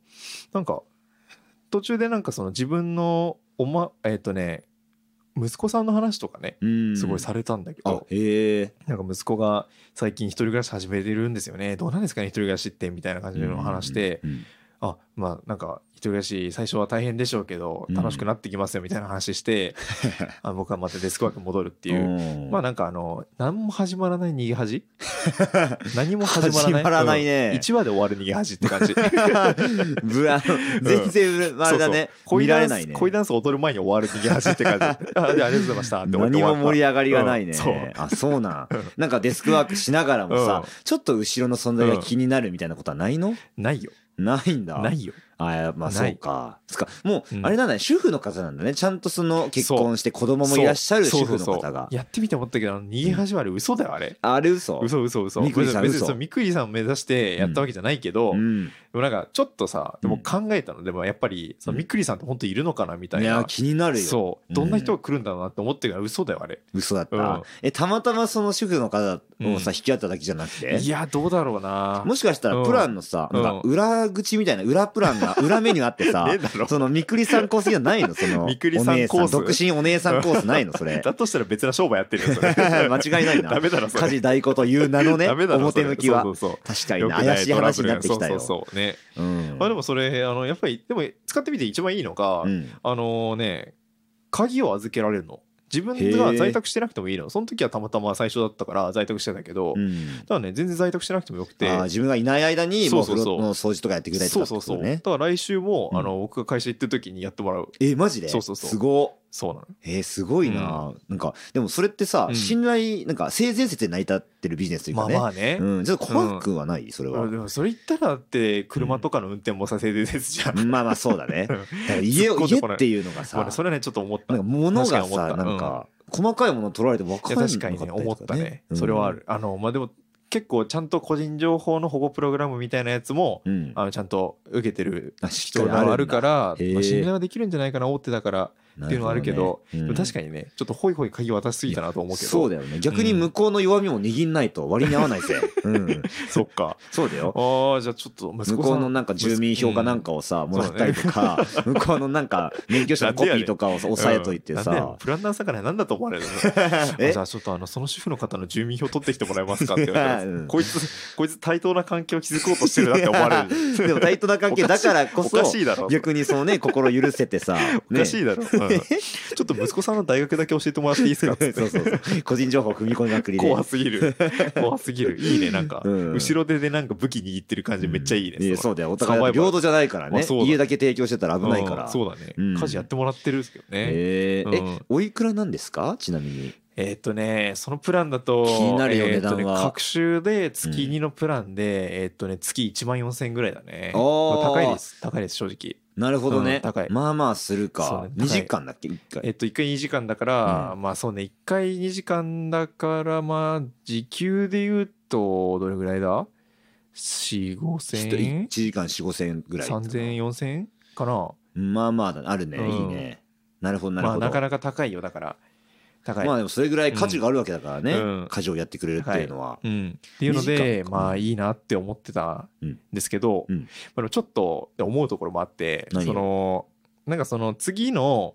Speaker 1: なんか途中でなんかその自分のおまえっ、とね息子さんの話とかね
Speaker 2: うん
Speaker 1: すごいされたんだけ
Speaker 2: あ
Speaker 1: ど、
Speaker 2: へえ
Speaker 1: なんか息子が最近一人暮らし始めてるんですよねどうなんですかね一人暮らしってみたいな感じの話で、
Speaker 2: うん
Speaker 1: あまあなんか一人暮らし最初は大変でしょうけど
Speaker 2: うん
Speaker 1: 楽しくなってきますよみたいな話 して、あ僕はまたデスクワーク戻るっていう
Speaker 2: うん
Speaker 1: まあなんかあの何も始まらない逃げ 恥何も始まらない
Speaker 2: 始まらないね
Speaker 1: うん一話で終わる逃げ恥って感じ
Speaker 2: ぶあの全然あれ
Speaker 1: そ
Speaker 2: だね、
Speaker 1: うそう恋
Speaker 2: 見
Speaker 1: ダンス
Speaker 2: られ ないね
Speaker 1: 恋ダンス踊る前に終わる逃げ恥って感 じあじゃあありがとうございましたって終わって
Speaker 2: 何も盛り上がりがないね、
Speaker 1: うんそう
Speaker 2: あそ うなん
Speaker 1: うん
Speaker 2: なんかデスクワークしながらもさ、
Speaker 1: うん
Speaker 2: ちょっと後ろの存在が気になるみたいなことはないの、
Speaker 1: ないよ
Speaker 2: ないんだ
Speaker 1: ないよ
Speaker 2: あま
Speaker 1: な
Speaker 2: あそ
Speaker 1: いう
Speaker 2: かつかもう、
Speaker 1: うん
Speaker 2: あれなんだね主婦の方なんだねちゃんとその結婚して子供もいらっしゃる
Speaker 1: そ
Speaker 2: 主
Speaker 1: うそ
Speaker 2: 婦
Speaker 1: う
Speaker 2: の
Speaker 1: そう
Speaker 2: 方が
Speaker 1: やってみて思ったけどあの逃げ恥はあれ嘘だよあれ
Speaker 2: あれ嘘
Speaker 1: 嘘嘘嘘
Speaker 2: みくりさん
Speaker 1: 別に
Speaker 2: 嘘
Speaker 1: そうみくりさんを目指してやったわけじゃないけど、
Speaker 2: う
Speaker 1: で
Speaker 2: ん、
Speaker 1: もなんかちょっとさでも
Speaker 2: うん
Speaker 1: 考えたのでもやっぱりそのみくりさんって本当いるのかなみたい
Speaker 2: い
Speaker 1: な、
Speaker 2: や気になるよ
Speaker 1: そうどんな人が来るんだろうなって思ってるから嘘だよあれ
Speaker 2: 嘘だった、
Speaker 1: うん
Speaker 2: えたまたまその主婦の方をさ
Speaker 1: うん
Speaker 2: 引き合っただけじゃなくて、
Speaker 1: いやどうだろうな
Speaker 2: もしかしたらプランのさ、
Speaker 1: うん
Speaker 2: なんか裏口みたいな裏プラン がさ、裏メニューあってさ
Speaker 1: ねえ、だろ
Speaker 2: そのみくりさんコースじゃないのその、
Speaker 1: みくりさんコース
Speaker 2: お姉さん独身お姉さんコースない のそれ。
Speaker 1: だとしたら別な商売やってるよ、それ。
Speaker 2: 間違いない
Speaker 1: ダ
Speaker 2: な。
Speaker 1: メだろ、そ
Speaker 2: 家
Speaker 1: れ。
Speaker 2: 事代行という名のね、
Speaker 1: ダメだろ、そ
Speaker 2: 表
Speaker 1: れ
Speaker 2: 向きは
Speaker 1: そう。そう
Speaker 2: 確か
Speaker 1: そう
Speaker 2: に
Speaker 1: よ
Speaker 2: な
Speaker 1: くな
Speaker 2: 怪し
Speaker 1: ト
Speaker 2: い
Speaker 1: ラ
Speaker 2: 話
Speaker 1: ブ
Speaker 2: に
Speaker 1: ル
Speaker 2: なってきたよ。
Speaker 1: そうそうそう。ね。
Speaker 2: うん
Speaker 1: まあでもそれ、あの、やっぱり、でも使ってみて一番いいのが、
Speaker 2: うん
Speaker 1: あのね、鍵を預けられるの。自分が在宅してなくてもいいの。その時はたまたま最初だったから在宅してたけど、
Speaker 2: う
Speaker 1: だ
Speaker 2: ん
Speaker 1: からね、全然在宅してなくてもよくて。
Speaker 2: あー自分がいない間にもう
Speaker 1: そ
Speaker 2: 風
Speaker 1: うそうそう
Speaker 2: 呂の掃除とかやってくれたりと
Speaker 1: そう
Speaker 2: か
Speaker 1: そう
Speaker 2: ってこ
Speaker 1: そ
Speaker 2: と
Speaker 1: う。だ
Speaker 2: ね
Speaker 1: から来週も、
Speaker 2: うん
Speaker 1: あの、僕が会社行ってる時にやってもらう。
Speaker 2: えマジで
Speaker 1: そうそうそう
Speaker 2: すごっ
Speaker 1: そうなの。
Speaker 2: えーすごいななんかでもそれってさ
Speaker 1: うん
Speaker 2: 信頼なんか性善説で成り立ってるビジネスという
Speaker 1: ま
Speaker 2: か
Speaker 1: あ
Speaker 2: ね
Speaker 1: まあね。
Speaker 2: うんちょっと怖くはないそれは
Speaker 1: でもそれ言ったらだって車とかの運転もさせてですじゃん、
Speaker 2: まあまあそうだねだから家
Speaker 1: 突っ込
Speaker 2: を
Speaker 1: んで
Speaker 2: 家
Speaker 1: こない
Speaker 2: っていうのが
Speaker 1: まあ
Speaker 2: さ
Speaker 1: ねそれはねちょっと思った
Speaker 2: なんか物が
Speaker 1: 確かに思
Speaker 2: さ
Speaker 1: った
Speaker 2: なんか細かいもの取られて分
Speaker 1: い
Speaker 2: か
Speaker 1: や
Speaker 2: んなかっ
Speaker 1: 確
Speaker 2: た
Speaker 1: か
Speaker 2: り
Speaker 1: に
Speaker 2: と
Speaker 1: ね
Speaker 2: か
Speaker 1: 思ったね、
Speaker 2: うん
Speaker 1: それはあるあのまあでも結構ちゃんと個人情報の保護プログラムみたいなやつも
Speaker 2: うん
Speaker 1: あのちゃんと受けてる
Speaker 2: あし
Speaker 1: 人があるからら
Speaker 2: へえ
Speaker 1: まあ信頼はできるんじゃないかな思ってたからっていうのはあるけどでも確
Speaker 2: に
Speaker 1: かにねちょっとホイホイ鍵渡しすぎたなと思うけど
Speaker 2: そうだよね逆に向こうの弱みも握んないと割に合わな いぜうん
Speaker 1: そっか
Speaker 2: そうだよ
Speaker 1: ああじゃあちょっと息子さん
Speaker 2: 向こうのなんか住民票かなんかをさ、
Speaker 1: ん
Speaker 2: もらったりとか、向こうのなんか免許証のコピーとかをさ
Speaker 1: うん
Speaker 2: 押さえといて
Speaker 1: なんだよ
Speaker 2: さ、
Speaker 1: プランナーさんからなんだと思われるのあ
Speaker 2: え
Speaker 1: じゃあちょっとあのその主婦の方の住民票取ってきてもらえますかって言わ れて、
Speaker 2: うん
Speaker 1: こいつこいつ対等な関係を築こうとしてるなって思わ れる
Speaker 2: でも対等な関係だからこ
Speaker 1: お
Speaker 2: そ
Speaker 1: か、しいだろ
Speaker 2: 逆にそのね、心許せてさ、
Speaker 1: お
Speaker 2: ね。
Speaker 1: か
Speaker 2: そ
Speaker 1: しいだろ、うんちょっと息子さんの大学だけ教えてもらっていいですかっつ
Speaker 2: う
Speaker 1: って
Speaker 2: そうそう。個人情報踏み込みまくり で。
Speaker 1: 怖すぎる怖すぎるいいねなんか、
Speaker 2: うん
Speaker 1: 後ろ手でなんか武器握ってる感じめっちゃいいね、
Speaker 2: うんやそうだよ。お互
Speaker 1: サバイ
Speaker 2: い
Speaker 1: バル
Speaker 2: 平等じゃないから
Speaker 1: まあ
Speaker 2: ね
Speaker 1: そうだ。
Speaker 2: 家だけ提供してたら危ないか
Speaker 1: う
Speaker 2: ら
Speaker 1: ん。そうだね、
Speaker 2: うん
Speaker 1: 家事やってもらってるんですけどね
Speaker 2: えー
Speaker 1: う
Speaker 2: え
Speaker 1: ん、
Speaker 2: おいくらなんですかちなみに。
Speaker 1: えーっとねそのプランだと
Speaker 2: 気になるよ
Speaker 1: えーっとね
Speaker 2: 値段は
Speaker 1: 各週で月2のプランで、えーっとね月1万4000円ぐらいだね
Speaker 2: あー
Speaker 1: 高いです高いです正直
Speaker 2: なるほど
Speaker 1: う
Speaker 2: ね
Speaker 1: ん高い。
Speaker 2: まあまあする
Speaker 1: そう
Speaker 2: か
Speaker 1: ね。高い
Speaker 2: 2時間だっけ ?1
Speaker 1: え
Speaker 2: 回。
Speaker 1: っと、1回2時間だから、まあそうね、1回2時間だから、まあ、時給で言うと、どれぐらいだ ?4、5千
Speaker 2: 1
Speaker 1: 円
Speaker 2: 時間4、5千円ぐらい。
Speaker 1: ?3 千円、4千円かな
Speaker 2: まあまあだあるね、
Speaker 1: うん
Speaker 2: いいねなるほどなる
Speaker 1: まあ
Speaker 2: ほど、ま
Speaker 1: な
Speaker 2: あ、
Speaker 1: かなか高いよ、だから。高い。
Speaker 2: でもそれぐらい価値があるわけだからね、
Speaker 1: うん
Speaker 2: 家事をやってくれるっていうのは、
Speaker 1: うん、っていうの
Speaker 2: 2時
Speaker 1: で
Speaker 2: 間か
Speaker 1: まあいいなって思ってたんですけど、
Speaker 2: うんうん
Speaker 1: まあ、でもちょっと思うところもあって
Speaker 2: 何
Speaker 1: そのなんかその次の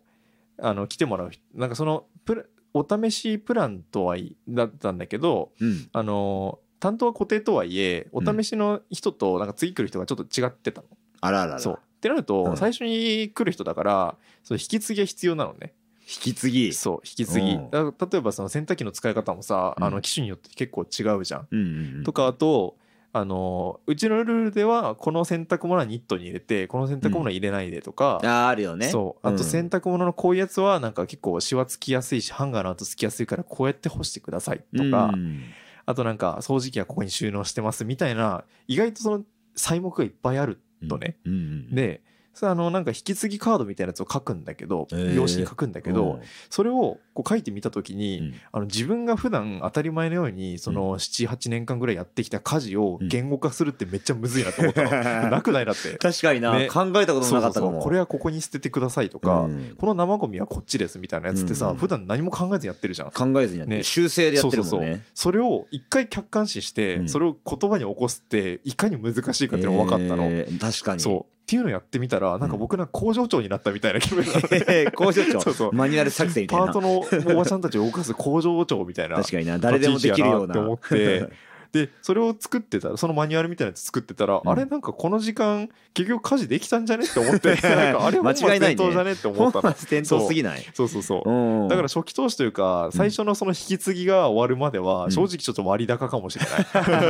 Speaker 1: あの来てもらう人なんかそのプラお試しプランとはいだったんだけど
Speaker 2: うん
Speaker 1: あの担当は固定とはいえお試しの人となんか次来る人がちょっと違ってたの。
Speaker 2: あらあらあら
Speaker 1: そう
Speaker 2: 引
Speaker 1: ってなると、
Speaker 2: うん
Speaker 1: 最初に来る人だからその引き継ぎが必要なのね。
Speaker 2: き継ぎ
Speaker 1: そう引き継ぎ
Speaker 2: うん
Speaker 1: だから例えばその洗濯機の使い方もさ、あ
Speaker 2: う
Speaker 1: の
Speaker 2: ん
Speaker 1: 機種によって結構違うじゃん。
Speaker 2: うんうんうん
Speaker 1: とかあとあのうちのルールではこの洗濯物はニットに入れてこの洗濯物は入れないでとか、
Speaker 2: ああるよね
Speaker 1: そうあと
Speaker 2: ん
Speaker 1: 洗濯物のこういうやつはなんか結構シワつきやすいしハンガーの後つきやすいからこうやって干してくださいとか、
Speaker 2: うん
Speaker 1: あとなんか掃除機はここに収納してますみたいな意外とその細目がいっぱいあるとね、
Speaker 2: うんうん
Speaker 1: でそれあのなんか引き継ぎカードみたいなやつを書くんだけど
Speaker 2: へー
Speaker 1: 用紙に書くんだけど、それをこう書いてみた時に、
Speaker 2: うん
Speaker 1: あの自分が普段当たり前のようにその78年間ぐらいやってきた家事を言語化するってめっちゃむずいなと思った の なくないだって
Speaker 2: 確かにな、
Speaker 1: ね
Speaker 2: 考えたこともなかったか
Speaker 1: そ
Speaker 2: も
Speaker 1: うそうそうこれはここに捨ててくださいとか、
Speaker 2: うん
Speaker 1: この生ゴミはこっちですみたいなやつってさ、
Speaker 2: うん
Speaker 1: 普段何も考えずやってるじゃん
Speaker 2: 考えずにやって、
Speaker 1: ね
Speaker 2: 修正でやってるもん
Speaker 1: そ
Speaker 2: ね
Speaker 1: うそうそれを一回客観視して、
Speaker 2: うん
Speaker 1: それを言葉に起こすっていかに難しいかっていうのが分かったの、
Speaker 2: えー確かに
Speaker 1: そうっていうのをやってみたらなんか僕なんか工場長になったみたいな気分になっ て
Speaker 2: う工場長
Speaker 1: そうそう
Speaker 2: マニュアル作成みたい
Speaker 1: パー
Speaker 2: な
Speaker 1: トのおばちゃんたちを動かす工場長みたいな
Speaker 2: 確かにな誰でもできるよう
Speaker 1: 立
Speaker 2: な
Speaker 1: ち位置やなって思っでそれを作ってたらそのマニュアルみたいなやつ作ってたら、
Speaker 2: うん
Speaker 1: あれなんかこの時間結局家事できたんじゃねって思 ってなんかあれ
Speaker 2: 間違いな
Speaker 1: 本末転
Speaker 2: いね
Speaker 1: 倒じゃねって思
Speaker 2: 本
Speaker 1: ったの
Speaker 2: 末 転倒すぎない
Speaker 1: そうそうそう、
Speaker 2: うん
Speaker 1: だから初期投資というか最初のその引き継ぎが終わるまでは
Speaker 2: うん
Speaker 1: 正直ちょっと割高かもしれない、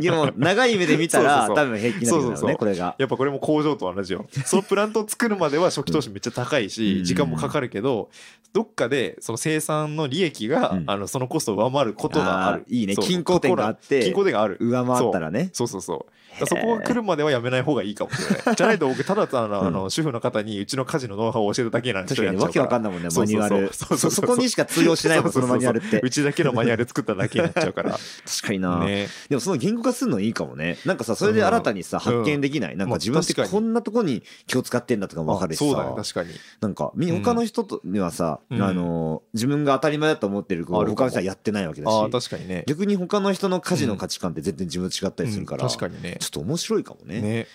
Speaker 2: でも長い目で見た
Speaker 1: そうそ
Speaker 2: ら
Speaker 1: うそう
Speaker 2: 多分平均なんだ
Speaker 1: そう
Speaker 2: ろ
Speaker 1: そう
Speaker 2: う
Speaker 1: そ
Speaker 2: ね
Speaker 1: う
Speaker 2: これが。
Speaker 1: やっぱこれも工場と同じよそのプラントを作るまでは初期投資めっちゃ高いし、
Speaker 2: うん
Speaker 1: 時間もかかるけどどっかでその生産の利益が、
Speaker 2: うん
Speaker 1: あのそのコストを上回ることがある
Speaker 2: ーいいね
Speaker 1: そう
Speaker 2: 均衡点があって
Speaker 1: 均衡点がある
Speaker 2: 上回ったらね
Speaker 1: そうそうそうだからそこが来るまではやめない方がいいかもしれ ない。じゃないと僕ただただのあの主婦の方にうちの家事のノウハウを教えただけなんで
Speaker 2: 確かにわけわかんないもんね
Speaker 1: そうそう
Speaker 2: マ
Speaker 1: そ
Speaker 2: ニ
Speaker 1: う
Speaker 2: ュアル
Speaker 1: そうそうそ
Speaker 2: そう そこにしか通用しないもん
Speaker 1: そ
Speaker 2: そう
Speaker 1: そう
Speaker 2: の
Speaker 1: そ
Speaker 2: マ
Speaker 1: う
Speaker 2: ニュアルって
Speaker 1: うちだけのマニュアル作っただけになっちゃうから。
Speaker 2: 確かにな
Speaker 1: ね、
Speaker 2: でもその言語化するのいいかもねなんかさそれで新たにさ
Speaker 1: うん
Speaker 2: 発見できないなんか自分って
Speaker 1: まあ確か
Speaker 2: こ
Speaker 1: に
Speaker 2: んなとこに気を使ってんだとかもわかるし
Speaker 1: そうだね
Speaker 2: さ
Speaker 1: 確かに。
Speaker 2: なんかみ他の人とにはさ
Speaker 1: う
Speaker 2: あ
Speaker 1: ん
Speaker 2: のー自分が当たり前だと思ってる子
Speaker 1: あ
Speaker 2: を
Speaker 1: るかも
Speaker 2: 他の人はやってないわけだ
Speaker 1: ああ
Speaker 2: し
Speaker 1: 確かにね。
Speaker 2: 逆に他の人の家事ちの価値観って全然自分と違ったりするから、
Speaker 1: うん確かにね
Speaker 2: ちょっと面白いかもね
Speaker 1: ね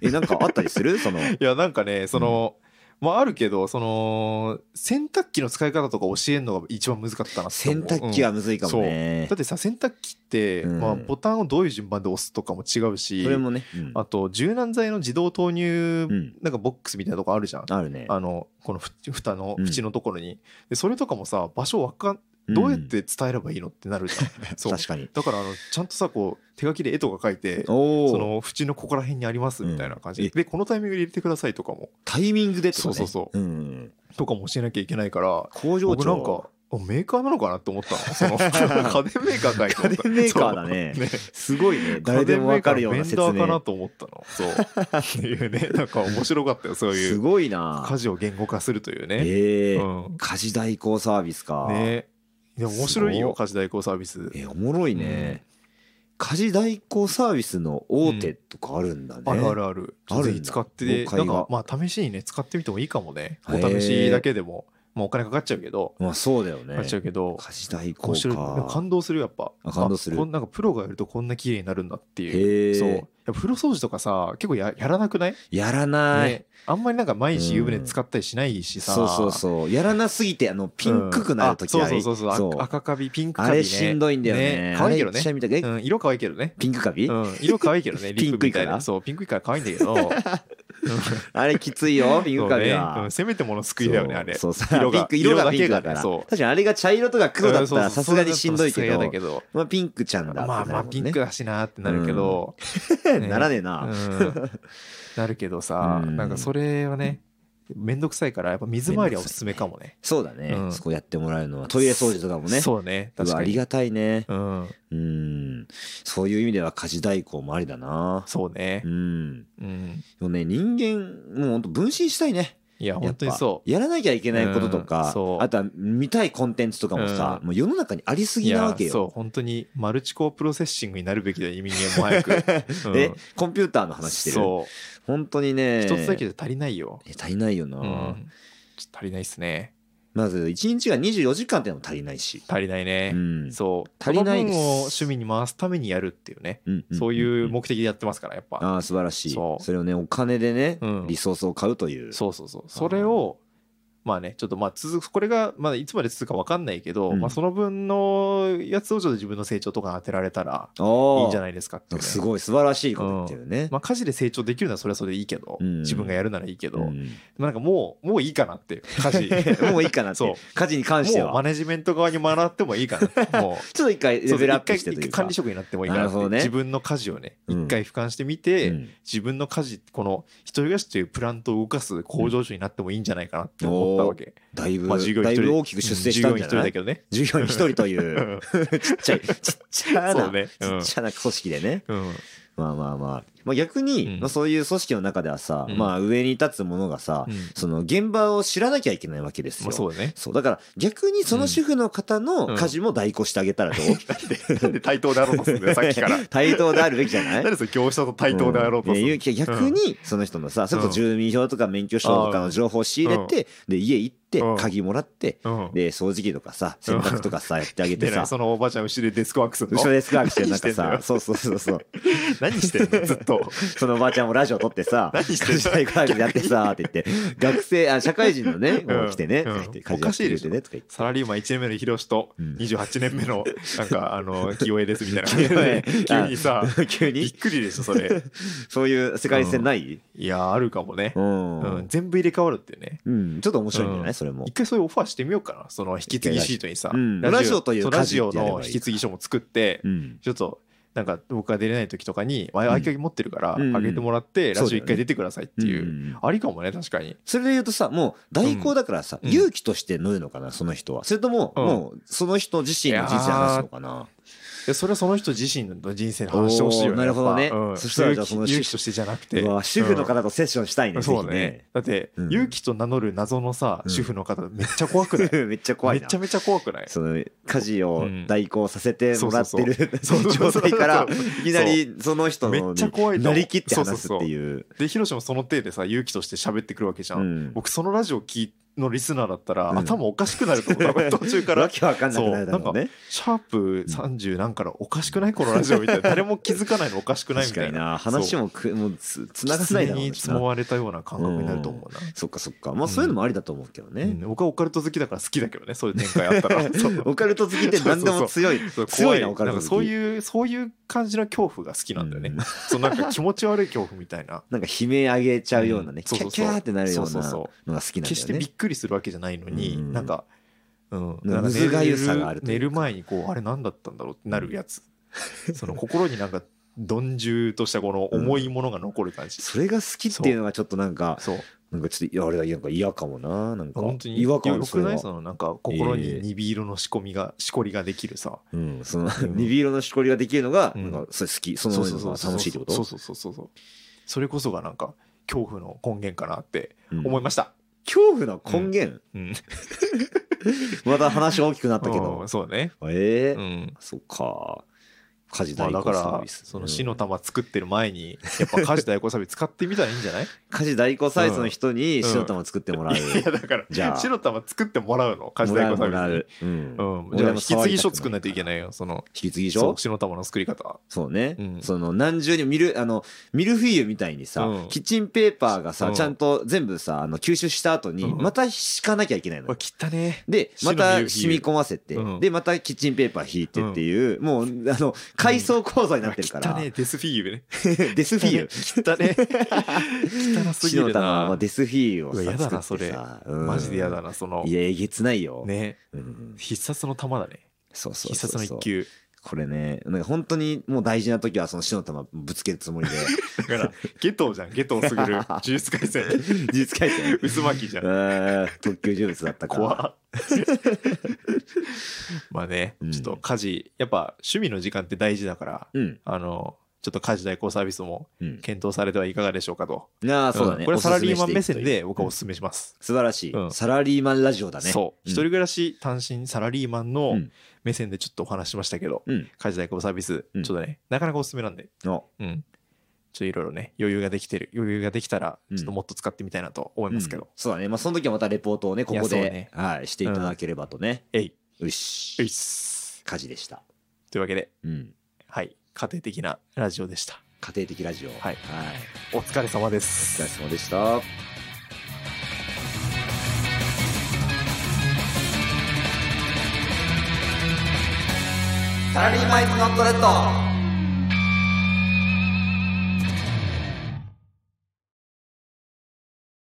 Speaker 2: えなんかあったりす るその
Speaker 1: いやなんかねその、まああるけどその洗濯機の使い方とか教えるのが一番難かったなって思
Speaker 2: 洗
Speaker 1: う
Speaker 2: 濯機
Speaker 1: う
Speaker 2: はむずいかもね
Speaker 1: ん、だってさ洗濯機って、
Speaker 2: うん
Speaker 1: まあ、ボタンをどういう順番で押すとかも違うし
Speaker 2: それもね、うん
Speaker 1: あと柔軟剤の自動投入
Speaker 2: うん
Speaker 1: なんかボックスみたいなとこあるじゃん、
Speaker 2: あるね
Speaker 1: あのこのふ蓋の
Speaker 2: うん
Speaker 1: 縁のところに、でそれとかもさ場所わかんどうやっ
Speaker 2: ん
Speaker 1: て伝えればいいのってなるじゃん、そう
Speaker 2: 確かに
Speaker 1: だからあのちゃんとさこう手書きで絵とか描いて
Speaker 2: お
Speaker 1: そ
Speaker 2: お
Speaker 1: の縁のここら辺にありますみたいな感じで,、
Speaker 2: うん
Speaker 1: でこのタイミングで入れてくださいとかも
Speaker 2: タイミングでとか、
Speaker 1: そう
Speaker 2: ね、、
Speaker 1: そうそう
Speaker 2: ん、
Speaker 1: とかも教えなきゃいけないから
Speaker 2: 工場
Speaker 1: 僕
Speaker 2: 長
Speaker 1: なんかあメーカーなのかなって思 ったのその家電メーカーかいと思った
Speaker 2: 家電メーカーだね
Speaker 1: そう
Speaker 2: すごいね誰でも分かるような説
Speaker 1: 家電メーカーのベンダーかな
Speaker 2: 明
Speaker 1: と思ったのそうっ ていうねなんか面白かったよそうい
Speaker 2: す
Speaker 1: う
Speaker 2: ごいな
Speaker 1: 家事を言語化するというね、
Speaker 2: ええ
Speaker 1: うん
Speaker 2: 家事代行サービスか、
Speaker 1: ねでも面白いよ
Speaker 2: すご
Speaker 1: 家事代行サービス
Speaker 2: えおもろいね、家事代行サービスの大手とかあるんだね、
Speaker 1: あるあるある
Speaker 2: あるんだ
Speaker 1: ぜひ使って
Speaker 2: 誤解
Speaker 1: な
Speaker 2: が
Speaker 1: んかまあ試しにね使ってみてもいいかもねお
Speaker 2: へー
Speaker 1: 試しだけでもまあお金かかっちゃうけど
Speaker 2: まあそうだよね
Speaker 1: かかっちゃうけど
Speaker 2: 家事代行
Speaker 1: 面白い
Speaker 2: か
Speaker 1: 感動するよやっぱ
Speaker 2: あ感動する
Speaker 1: あこんなんかプロがやるとこんな綺麗になるんだっていう
Speaker 2: へえ
Speaker 1: そうやっぱ風呂掃除とかさ結構ややらなくない、
Speaker 2: やらない、
Speaker 1: ねあんまりなんか毎日湯船使ったりしないしさ、
Speaker 2: そうそうそうやらなすぎてあのピンクくなる時
Speaker 1: うんあ
Speaker 2: あ
Speaker 1: そ
Speaker 2: り
Speaker 1: うそうそうそうあ赤カビピンクカ
Speaker 2: あ
Speaker 1: ビ、ね、
Speaker 2: れしんどいんだよね
Speaker 1: 可愛いけ
Speaker 2: あ
Speaker 1: ど
Speaker 2: れ一
Speaker 1: ね
Speaker 2: 緒に見たけどえ
Speaker 1: うん、色可愛いけどね
Speaker 2: ピンクカビ、
Speaker 1: うん、色可愛いけどねリップみたい
Speaker 2: ピンクいから
Speaker 1: なそうピンクいから可愛いんだけ ど
Speaker 2: あれきついよピン
Speaker 1: そ
Speaker 2: ク
Speaker 1: う
Speaker 2: カビ
Speaker 1: ね
Speaker 2: は、
Speaker 1: うんせめてもの救いだよねあれ
Speaker 2: そうそう
Speaker 1: 色
Speaker 2: ピ
Speaker 1: が
Speaker 2: ンク色が
Speaker 1: 色だ
Speaker 2: ピ
Speaker 1: け
Speaker 2: ンクだ
Speaker 1: がね
Speaker 2: から
Speaker 1: そう
Speaker 2: 確かにあれが茶色とか黒だったらさすがにしんどいけ
Speaker 1: うん
Speaker 2: ど
Speaker 1: そうそうそうそれだとさすがだけど
Speaker 2: まあピンクちゃんだ
Speaker 1: まあまあピンクだしなってなるけど、
Speaker 2: ク
Speaker 1: ね
Speaker 2: ならねえな、
Speaker 1: うんなるけどさ、
Speaker 2: うん
Speaker 1: なんかそれはねめんどくさいからやっぱ水回りはおすすめかもね
Speaker 2: そうだね、
Speaker 1: うん
Speaker 2: そこやってもらえるのはトイレ掃除とかもね
Speaker 1: そうね
Speaker 2: う
Speaker 1: 確
Speaker 2: わ
Speaker 1: か
Speaker 2: あり
Speaker 1: に
Speaker 2: がたいね
Speaker 1: うん
Speaker 2: うんそういう意味では家事代行もありだな
Speaker 1: そうね
Speaker 2: うんで
Speaker 1: うん
Speaker 2: もね人間もうほんと分身したいね
Speaker 1: いや
Speaker 2: やっ
Speaker 1: 本
Speaker 2: ぱ
Speaker 1: 当にそう
Speaker 2: やらなきゃいけないことと
Speaker 1: う
Speaker 2: か
Speaker 1: ん、そう
Speaker 2: あとは見たいコンテンツとかもさ、
Speaker 1: う
Speaker 2: もう世の中にありすぎなわけ
Speaker 1: いやそ
Speaker 2: よ
Speaker 1: う本当にマルチコープロセッシングになるべきだよ人間も 早くうん
Speaker 2: えコンピューターの話してる
Speaker 1: そ
Speaker 2: 本当に
Speaker 1: う
Speaker 2: ね
Speaker 1: 一つだけじゃ足りないよ
Speaker 2: え足りないよな、
Speaker 1: うんちょっと足りないっすね
Speaker 2: まず1日が24時間ってのも足りないし、
Speaker 1: 足りないね
Speaker 2: ん
Speaker 1: そう
Speaker 2: 足りないです
Speaker 1: この分を趣味に回すためにやるっていうね
Speaker 2: うん
Speaker 1: そういう
Speaker 2: も
Speaker 1: 目的でやってますからやっぱ
Speaker 2: ああ素晴らしいそ
Speaker 1: そう
Speaker 2: れをねお金でね、
Speaker 1: うん
Speaker 2: リソースを買うという
Speaker 1: そうそうそうそれをまあねちょっとまあ続くこれがまだいつまで続くか分かんないけど、
Speaker 2: うん
Speaker 1: まあ、その分のやつをちょっと自分の成長とかに当てられたらい
Speaker 2: い
Speaker 1: いんじゃ
Speaker 2: ない
Speaker 1: ないですかっていうね
Speaker 2: すごい素晴らしいこと言ってるね、
Speaker 1: まあ、家事で成長できるのはそれはそれでいいけど、
Speaker 2: うん
Speaker 1: 自分がやるならいいけど、
Speaker 2: う
Speaker 1: で
Speaker 2: ん
Speaker 1: もなんかもうもういいかなっていう家事
Speaker 2: もういいかなって
Speaker 1: そう
Speaker 2: 家事に関して
Speaker 1: もうマ
Speaker 2: は
Speaker 1: ネジメント側に回ってもいいかなもう
Speaker 2: ちょっと一回レベルアップし
Speaker 1: そ
Speaker 2: て
Speaker 1: うそ
Speaker 2: と
Speaker 1: う
Speaker 2: い
Speaker 1: 一回一回
Speaker 2: うか
Speaker 1: 管理職になってもいいか
Speaker 2: な
Speaker 1: な
Speaker 2: る
Speaker 1: っ
Speaker 2: ほ
Speaker 1: て
Speaker 2: どね
Speaker 1: 自分の家事をね
Speaker 2: うん
Speaker 1: 一回俯瞰してみて、
Speaker 2: うん
Speaker 1: 自分の家事この一人暮らしというプラントを動かす工場所になってもいいんじゃないかなって思ったわけ、
Speaker 2: だいぶ、
Speaker 1: まあ従業員
Speaker 2: だ
Speaker 1: 一
Speaker 2: い
Speaker 1: 人
Speaker 2: ぶ大きく出世したん
Speaker 1: 従業員
Speaker 2: じゃ
Speaker 1: 一人
Speaker 2: な
Speaker 1: だ
Speaker 2: い
Speaker 1: けどね
Speaker 2: 従業員一人というちっちゃいちっちゃ
Speaker 1: そ
Speaker 2: な、
Speaker 1: うね
Speaker 2: ち
Speaker 1: うん
Speaker 2: っちゃな組織でね
Speaker 1: うん
Speaker 2: まあまあまあ、まあ、逆に、
Speaker 1: うん
Speaker 2: まあ、そういう組織の中ではさ、
Speaker 1: うん
Speaker 2: まあ上に立つ者がさ、
Speaker 1: うん
Speaker 2: その現場を知らなきゃいけないわけです
Speaker 1: ま
Speaker 2: よ。
Speaker 1: あそうだね
Speaker 2: そうだから逆にその主婦の方
Speaker 1: う
Speaker 2: の
Speaker 1: ん
Speaker 2: 家事も代行してあげたらどう、
Speaker 1: なんで対等であろうとするん だよさっきから
Speaker 2: 対等であるべきじゃない
Speaker 1: 何でそれ業者と 対等であろうとす
Speaker 2: ん
Speaker 1: る
Speaker 2: い
Speaker 1: の、
Speaker 2: やいや逆にその人のさ、それこそ住民票とか免許証とかの情報を仕入れて、で家行って
Speaker 1: うん
Speaker 2: 鍵もらって、
Speaker 1: うん
Speaker 2: で掃除機とかさ洗濯とかさやってあげ て
Speaker 1: で
Speaker 2: さ
Speaker 1: ね、そのおばあちゃん後ろでデスクワークする
Speaker 2: 後ろ
Speaker 1: の
Speaker 2: でスクワークしてな んかさ
Speaker 1: 何
Speaker 2: そうそうそうそう
Speaker 1: 何してんのずっと
Speaker 2: そのおばあちゃんもラジオ撮ってさ、
Speaker 1: 何してんの
Speaker 2: 家事代行やってさ、って言って、学生、あ、社会人のね、
Speaker 1: うん
Speaker 2: もう来て
Speaker 1: う
Speaker 2: ね、
Speaker 1: ん
Speaker 2: とか言って家事やってくれてね、とか言って。
Speaker 1: サラリーマン1年目のヒロシと
Speaker 2: うん
Speaker 1: 28年目のなんかあの清江ですみたいな感じで
Speaker 2: 清江
Speaker 1: 急にさ
Speaker 2: 急
Speaker 1: びっ
Speaker 2: に
Speaker 1: くりでしょそ れ
Speaker 2: そういう世界線ない
Speaker 1: いやーあるかもね
Speaker 2: う、ん、う
Speaker 1: うん、
Speaker 2: ん
Speaker 1: 全部入れ替わるっていうね
Speaker 2: ちょっと面白いんじゃな
Speaker 1: う
Speaker 2: い
Speaker 1: ん
Speaker 2: それも
Speaker 1: 一。回そういうオファーしてみようかなその引き継ぎシートにさ、
Speaker 2: うんラジオという
Speaker 1: そラ
Speaker 2: 家
Speaker 1: ジ
Speaker 2: 事っ
Speaker 1: オ
Speaker 2: てやればいい
Speaker 1: の引き継ぎ書も作って、
Speaker 2: うん。
Speaker 1: ちょっとなんか僕が出れない時とかに「あ合鍵持ってるから
Speaker 2: うん
Speaker 1: あげてもらってラジオ一回出てください」っていう、
Speaker 2: ん
Speaker 1: ありかもね確かに
Speaker 2: それで言うとさ、もう代行だからさ、
Speaker 1: うん
Speaker 2: 勇気として乗るのかな、その人は。それとも、
Speaker 1: うん
Speaker 2: もう、その人自身の人生の話のかな。
Speaker 1: でそれはその人自身の人生の話してほしいよね
Speaker 2: おーなるほどね
Speaker 1: やっぱうん、
Speaker 2: そしたらじゃあその
Speaker 1: 勇気勇気としてじゃなくて
Speaker 2: うわ主婦
Speaker 1: う
Speaker 2: の
Speaker 1: ん
Speaker 2: 方とセッションしたいね、ぜ
Speaker 1: そう
Speaker 2: ひ
Speaker 1: だ
Speaker 2: ね
Speaker 1: ね。だって、
Speaker 2: うん
Speaker 1: 勇気と名乗る謎のさ
Speaker 2: うん
Speaker 1: 主婦の方めっちゃ怖くない
Speaker 2: めっちゃ 怖い
Speaker 1: め
Speaker 2: な
Speaker 1: っち。ゃめちゃ怖くない
Speaker 2: その家事
Speaker 1: う
Speaker 2: を
Speaker 1: ん
Speaker 2: 代行させてもらってる
Speaker 1: そうそうそう
Speaker 2: 状態から
Speaker 1: そうそう
Speaker 2: いきなりその人
Speaker 1: めっ
Speaker 2: の
Speaker 1: ちゃ怖いと思
Speaker 2: な
Speaker 1: う
Speaker 2: りきって話すっていう
Speaker 1: でヒロシもその手でさ勇気として喋ってくるわけじゃん、
Speaker 2: うん
Speaker 1: 僕そのラジオ聞いのリスナーだったら、
Speaker 2: うん
Speaker 1: 頭おかしくなると思う途中から
Speaker 2: わけわかんなくなるだろうね
Speaker 1: シャープ30なんからおかしくないこのラジオみたいな誰も気づかないのおかしくない
Speaker 2: 確
Speaker 1: みた
Speaker 2: か
Speaker 1: い
Speaker 2: に
Speaker 1: な
Speaker 2: な話もくもうつつながせ
Speaker 1: そ
Speaker 2: な
Speaker 1: う
Speaker 2: いだろう
Speaker 1: に
Speaker 2: な
Speaker 1: 積もられたような感覚になると思うな、
Speaker 2: そっかそっかまあそういうのもありだと思うけどね、
Speaker 1: うん僕はオカルト好きだから好きだけどねそういう展開あったら そう
Speaker 2: オカルト好きって何でも強い
Speaker 1: そう
Speaker 2: 強
Speaker 1: 怖
Speaker 2: い
Speaker 1: い
Speaker 2: な
Speaker 1: な
Speaker 2: オ
Speaker 1: ん
Speaker 2: カルト
Speaker 1: か
Speaker 2: 好き
Speaker 1: そういうそういう感じの恐怖が好きなんだよね、
Speaker 2: う
Speaker 1: そうなんか気持ち悪い恐怖みたいな
Speaker 2: なんか悲鳴上げちゃうようなね、
Speaker 1: うん
Speaker 2: キ
Speaker 1: そう
Speaker 2: ャ
Speaker 1: そ
Speaker 2: ッ
Speaker 1: う
Speaker 2: キ
Speaker 1: そう
Speaker 2: ャーってなるような
Speaker 1: そ
Speaker 2: の
Speaker 1: うそう
Speaker 2: が
Speaker 1: そ
Speaker 2: 好きなんだよね
Speaker 1: 決してびっくりするわけじゃないのに、
Speaker 2: うん
Speaker 1: なんかうん、
Speaker 2: なんか
Speaker 1: なんか
Speaker 2: むずがゆさがあるというか
Speaker 1: 寝る前にこうあれ何だったんだろうってなるや つその心になんかどんじゅうとしたこの重いものが残る感じ、
Speaker 2: それが好きっていうのがちょっとなんか
Speaker 1: そう
Speaker 2: なんかちょっといやあれだなんか嫌かもななんか
Speaker 1: 本当に
Speaker 2: 違和感ある
Speaker 1: よ
Speaker 2: それ
Speaker 1: くない
Speaker 2: は
Speaker 1: そのなんか心
Speaker 2: ええ
Speaker 1: に鈍色の仕込みが、しこりができるさ
Speaker 2: うんその
Speaker 1: ん
Speaker 2: 鈍色のしこりができるのが
Speaker 1: うん
Speaker 2: なんかそれ好きそののが楽しいってこと
Speaker 1: そうそうそうそうそうそれこそがなんか恐怖の根源かなって
Speaker 2: うん
Speaker 1: 思いました、
Speaker 2: 恐怖の根源、
Speaker 1: うん、
Speaker 2: また話大きくなったけ
Speaker 1: う
Speaker 2: ど
Speaker 1: んそうね
Speaker 2: ええ
Speaker 1: うん
Speaker 2: そっか家事
Speaker 1: ま
Speaker 2: 代
Speaker 1: あ、だ
Speaker 2: 行
Speaker 1: か
Speaker 2: サー
Speaker 1: ら
Speaker 2: ビス、
Speaker 1: そ
Speaker 2: うん
Speaker 1: の死の玉作ってる前に、やっぱ家事代行サービス使ってみたらいいんじゃない
Speaker 2: 家事代行サービスの人に死の玉作ってもらう、
Speaker 1: いや、だから、
Speaker 2: じゃあ
Speaker 1: 死の玉作ってもらうの、家事
Speaker 2: も
Speaker 1: 代
Speaker 2: らう
Speaker 1: 行サ
Speaker 2: もら
Speaker 1: ービ
Speaker 2: う、うん
Speaker 1: スに。うん。
Speaker 2: 俺
Speaker 1: じゃあ、
Speaker 2: は
Speaker 1: 引
Speaker 2: 触りた
Speaker 1: き
Speaker 2: く
Speaker 1: 継ぎ書作んないといけ
Speaker 2: い
Speaker 1: ないよ、その、
Speaker 2: 引き継ぎ
Speaker 1: そ
Speaker 2: 書
Speaker 1: う死の玉の作り方。
Speaker 2: そうね、
Speaker 1: うん
Speaker 2: その何重にもミルあのミルフィーユみたいにさ、
Speaker 1: うん
Speaker 2: キッチンペーパーがさ、
Speaker 1: うん
Speaker 2: ちゃんと全部さあの吸収した後に
Speaker 1: うん
Speaker 2: また敷かなきゃいけないの、
Speaker 1: これ切ったね。
Speaker 2: で
Speaker 1: 死の
Speaker 2: また
Speaker 1: ミルフィーユ
Speaker 2: 染み込ませて、
Speaker 1: うん
Speaker 2: でまたキッチンペーパー引いてっていう、もうあの階層構造になってるか
Speaker 1: う
Speaker 2: ら、
Speaker 1: わ汚ねデスフィーユね。
Speaker 2: デスフィーユ
Speaker 1: 汚 ね。汚す
Speaker 2: 死
Speaker 1: ぎ
Speaker 2: の
Speaker 1: る
Speaker 2: 玉は
Speaker 1: な。
Speaker 2: デスフィーユを
Speaker 1: うわ
Speaker 2: さ
Speaker 1: やだな
Speaker 2: 作ってさ、うん
Speaker 1: マジで嫌だな、その
Speaker 2: い、やえげつないよ、
Speaker 1: ね、
Speaker 2: うん、
Speaker 1: 必殺の玉だね。
Speaker 2: そうそう
Speaker 1: 必
Speaker 2: そう
Speaker 1: 殺
Speaker 2: そう
Speaker 1: の一級。
Speaker 2: これねなんか本当にもう大事な時はその死の玉ぶつけるつ もりで
Speaker 1: だから、ゲトウじゃん、ゲトウす ぐる。呪術廻戦。
Speaker 2: 実回転
Speaker 1: 渦巻きじゃん。
Speaker 2: あー特級呪物だったから
Speaker 1: 怖っ まあね、
Speaker 2: うん
Speaker 1: ちょっと家事やっぱ趣味の時間って大事だから
Speaker 2: うん
Speaker 1: あのちょっと家事代行サービスも
Speaker 2: うん
Speaker 1: 検討されてはいかがでしょうかと
Speaker 2: なあそうだね、
Speaker 1: んこれはサラリーマン目線で
Speaker 2: お
Speaker 1: 僕はお
Speaker 2: すすめしていくという
Speaker 1: すすめします、
Speaker 2: 素晴らしい、
Speaker 1: うん
Speaker 2: サラリーマンラジオだね
Speaker 1: そう、
Speaker 2: ん
Speaker 1: 一人暮らし単身サラリーマンの
Speaker 2: うん
Speaker 1: 目線でちょっとお話しましたけど、
Speaker 2: うん
Speaker 1: 家事代行サービス、
Speaker 2: うん
Speaker 1: ちょっとねなかなかおすすめなんで
Speaker 2: の
Speaker 1: うんちょっといろいろね余裕ができてる余裕ができたら
Speaker 2: うん
Speaker 1: ちょっともっと使ってみたいなと思いますけど、
Speaker 2: そうだねまあその時はまたレポートをねここで、
Speaker 1: いやそうね
Speaker 2: はいしていただければとね、
Speaker 1: えいう
Speaker 2: し
Speaker 1: ういっす
Speaker 2: 家事でした
Speaker 1: というわけで
Speaker 2: うん
Speaker 1: はい家庭的なラジオでした
Speaker 2: 家庭的ラジオ
Speaker 1: はい
Speaker 2: はい、
Speaker 1: お疲れ様です
Speaker 2: お疲れ様でしたサラリーマンイズノットレッド